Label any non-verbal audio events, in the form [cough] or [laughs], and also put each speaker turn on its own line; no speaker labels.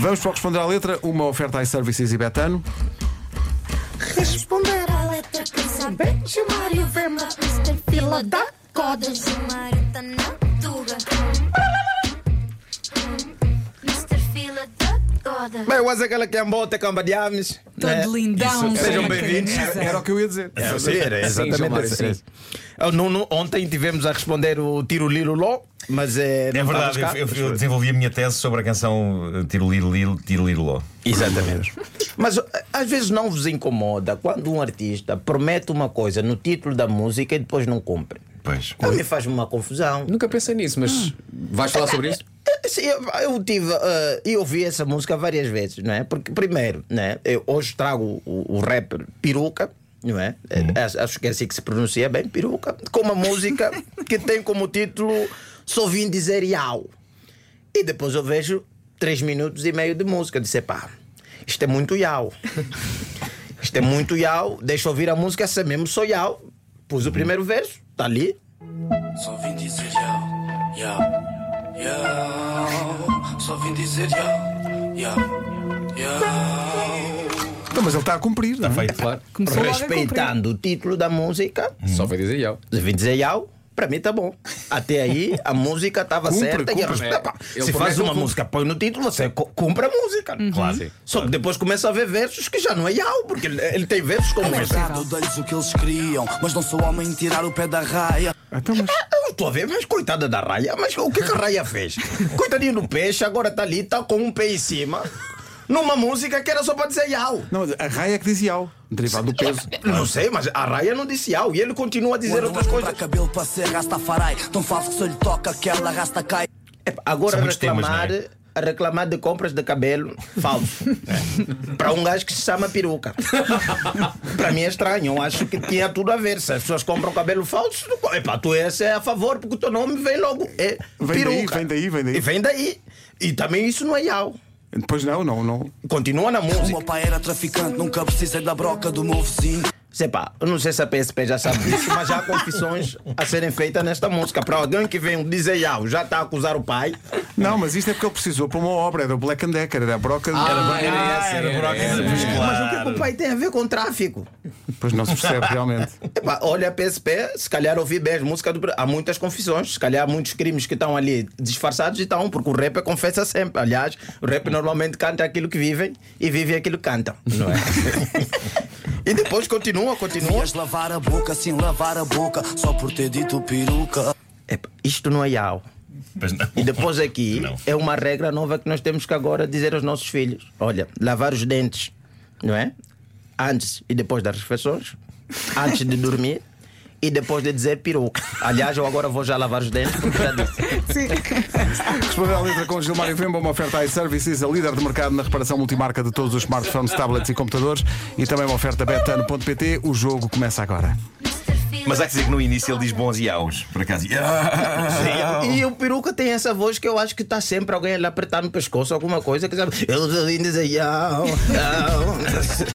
Vamos para o responder à letra, uma oferta iServices e Betano.
Responder à letra que sabemos chamar e o verbo tem fila da coda. Marita na tuga. Mr. Fila da coda.
Bem, hoje é aquela que é boa, até cambadiamos.
Todo lindão.
É, Isso, sejam
com a
bem-vindos.
camisa.
Era o que eu ia dizer.
É, sim, era exatamente
João Mário,
esse.
sim.
Ah, não, não, ontem tivemos a responder o tiro lilo ló, mas é.
É verdade, eu, eu- eu desenvolvi a minha tese sobre a canção eh, Tiro Liro Liro, Tiro Liro Ló.
Exatamente. Mas ah, às vezes não vos incomoda quando um artista promete uma coisa no título da música e depois não cumpre.
Pois.
Ou me faz uma confusão.
Nunca pensei nisso, mas vais falar sobre isso?
Eh, sim, Eu, eu tive eh, e ouvi essa música várias vezes, não é? Porque, primeiro, não é? eu hoje trago o, o rapper Peruca, não é? Eh,
Hum.
Acho, acho que é assim que se pronuncia bem, Peruca, com uma
[laughs]
música que tem como título Só Vim Dizer Iau. E depois eu vejo três minutos e meio de música, disse, pá, isto é muito
[laughs]
Iau. Isto é muito Iau, deixa eu ouvir a música, essa mesmo sou Iau.
Hum.
Pus o primeiro verso, tá ali,
Só vim dizer yo, yo, yo. Só vim dizer yo, yo, yo.
Então, mas ele está a cumprir, não é?
Feito.
Claro.
Começou logo a cumprir.
respeitando o título da música.
Só vai dizer eu.
Os 20 dizer iau, pra mim tá bom. Até aí a música estava
Cumpre,
certa e a
cumpre. É,
respeita. Pá,
Ele
Se faz
promete,
uma
ele
música, põe no título, você cu- cumpre a música. Claro. Só que depois começa a ver versos que já não é iau, porque ele, ele tem versos como esse.
Claro.
Eu dei-lhes o que é? eles queriam, mas não sou homem de tirar o pé da raia.
Então, mas
Ah, Eu estou a ver, mas coitada da Raia, mas o que, que a Raia fez? Coitadinho do peixe, agora tá ali, tá com um pé em cima, numa música que era só pra dizer iau.
Não, a raia é que dizia ao, derivado do peso.
Não sei, mas a Raia não disse iau e ele continua a dizer
Quando
outras
vais comprar
coisas.
cabelo para ser rastafarai, tão fácil que se lhe toca aquela rasta cai.
Epá, É, Agora
São muitos
reclamar,
temas, é?
a reclamar de compras de cabelo,
[laughs]
falso.
É.
Para um gajo que se chama peruca. Para mim é estranho, eu acho que tinha tudo a ver. Se as pessoas compram cabelo falso, tu, epá, tu és é a favor, porque o teu nome vem logo. É
Vem daí,
peruca.
vem daí, vem daí.
E vem daí. E também isso não é iau.
Depois não, não, não.
Continua na
O
música.
meu pai era traficante, nunca precisei da broca do meu vizinho.
Sei pá, eu não sei se a PSP já sabe disso, mas já há confissões a serem feitas nesta música. Para alguém que vem dizer iau, já está a acusar o pai.
Não, mas isto é porque ele precisou para uma obra, era o Black and Decker, era a broca de. Ah.
era essa, era
broca,
essa,
Mas o
pois
que, é que
claro.
o pai tem a ver com tráfico?
Pois não se percebe realmente.
Epá, olha a PSP, se calhar ouvi bem as músicas do. Há muitas confissões, se calhar há muitos crimes que estão ali disfarçados e estão, porque o rapper confessa sempre. Aliás, o rapper normalmente canta aquilo que vivem e vive aquilo que cantam, não [laughs] é? e depois continua, continua.
Devias lavar a boca, sim, lavar a boca, só por ter dito peruca.
Epá, isto não é Yao.
Pois não.
E depois aqui
Não.
é uma regra nova que nós temos que agora dizer aos nossos filhos: olha, lavar os dentes, não é? Antes e depois das refeições, antes de dormir e depois de dizer peruca. Aliás, eu agora vou já lavar os dentes porque já disse.
Responder à letra com Gilmário Vemba, uma oferta iServices, a líder de mercado na reparação multimarca de todos os smartphones, tablets e computadores. E também uma oferta betano.pt. O jogo começa agora.
Mas há que dizer que no início ele diz bons iaus,
[laughs]
por acaso.
E o peruca tem essa voz que eu acho que está sempre alguém a lhe apertar no pescoço alguma coisa que sabe. Eu vim dizer, "Iau, iau."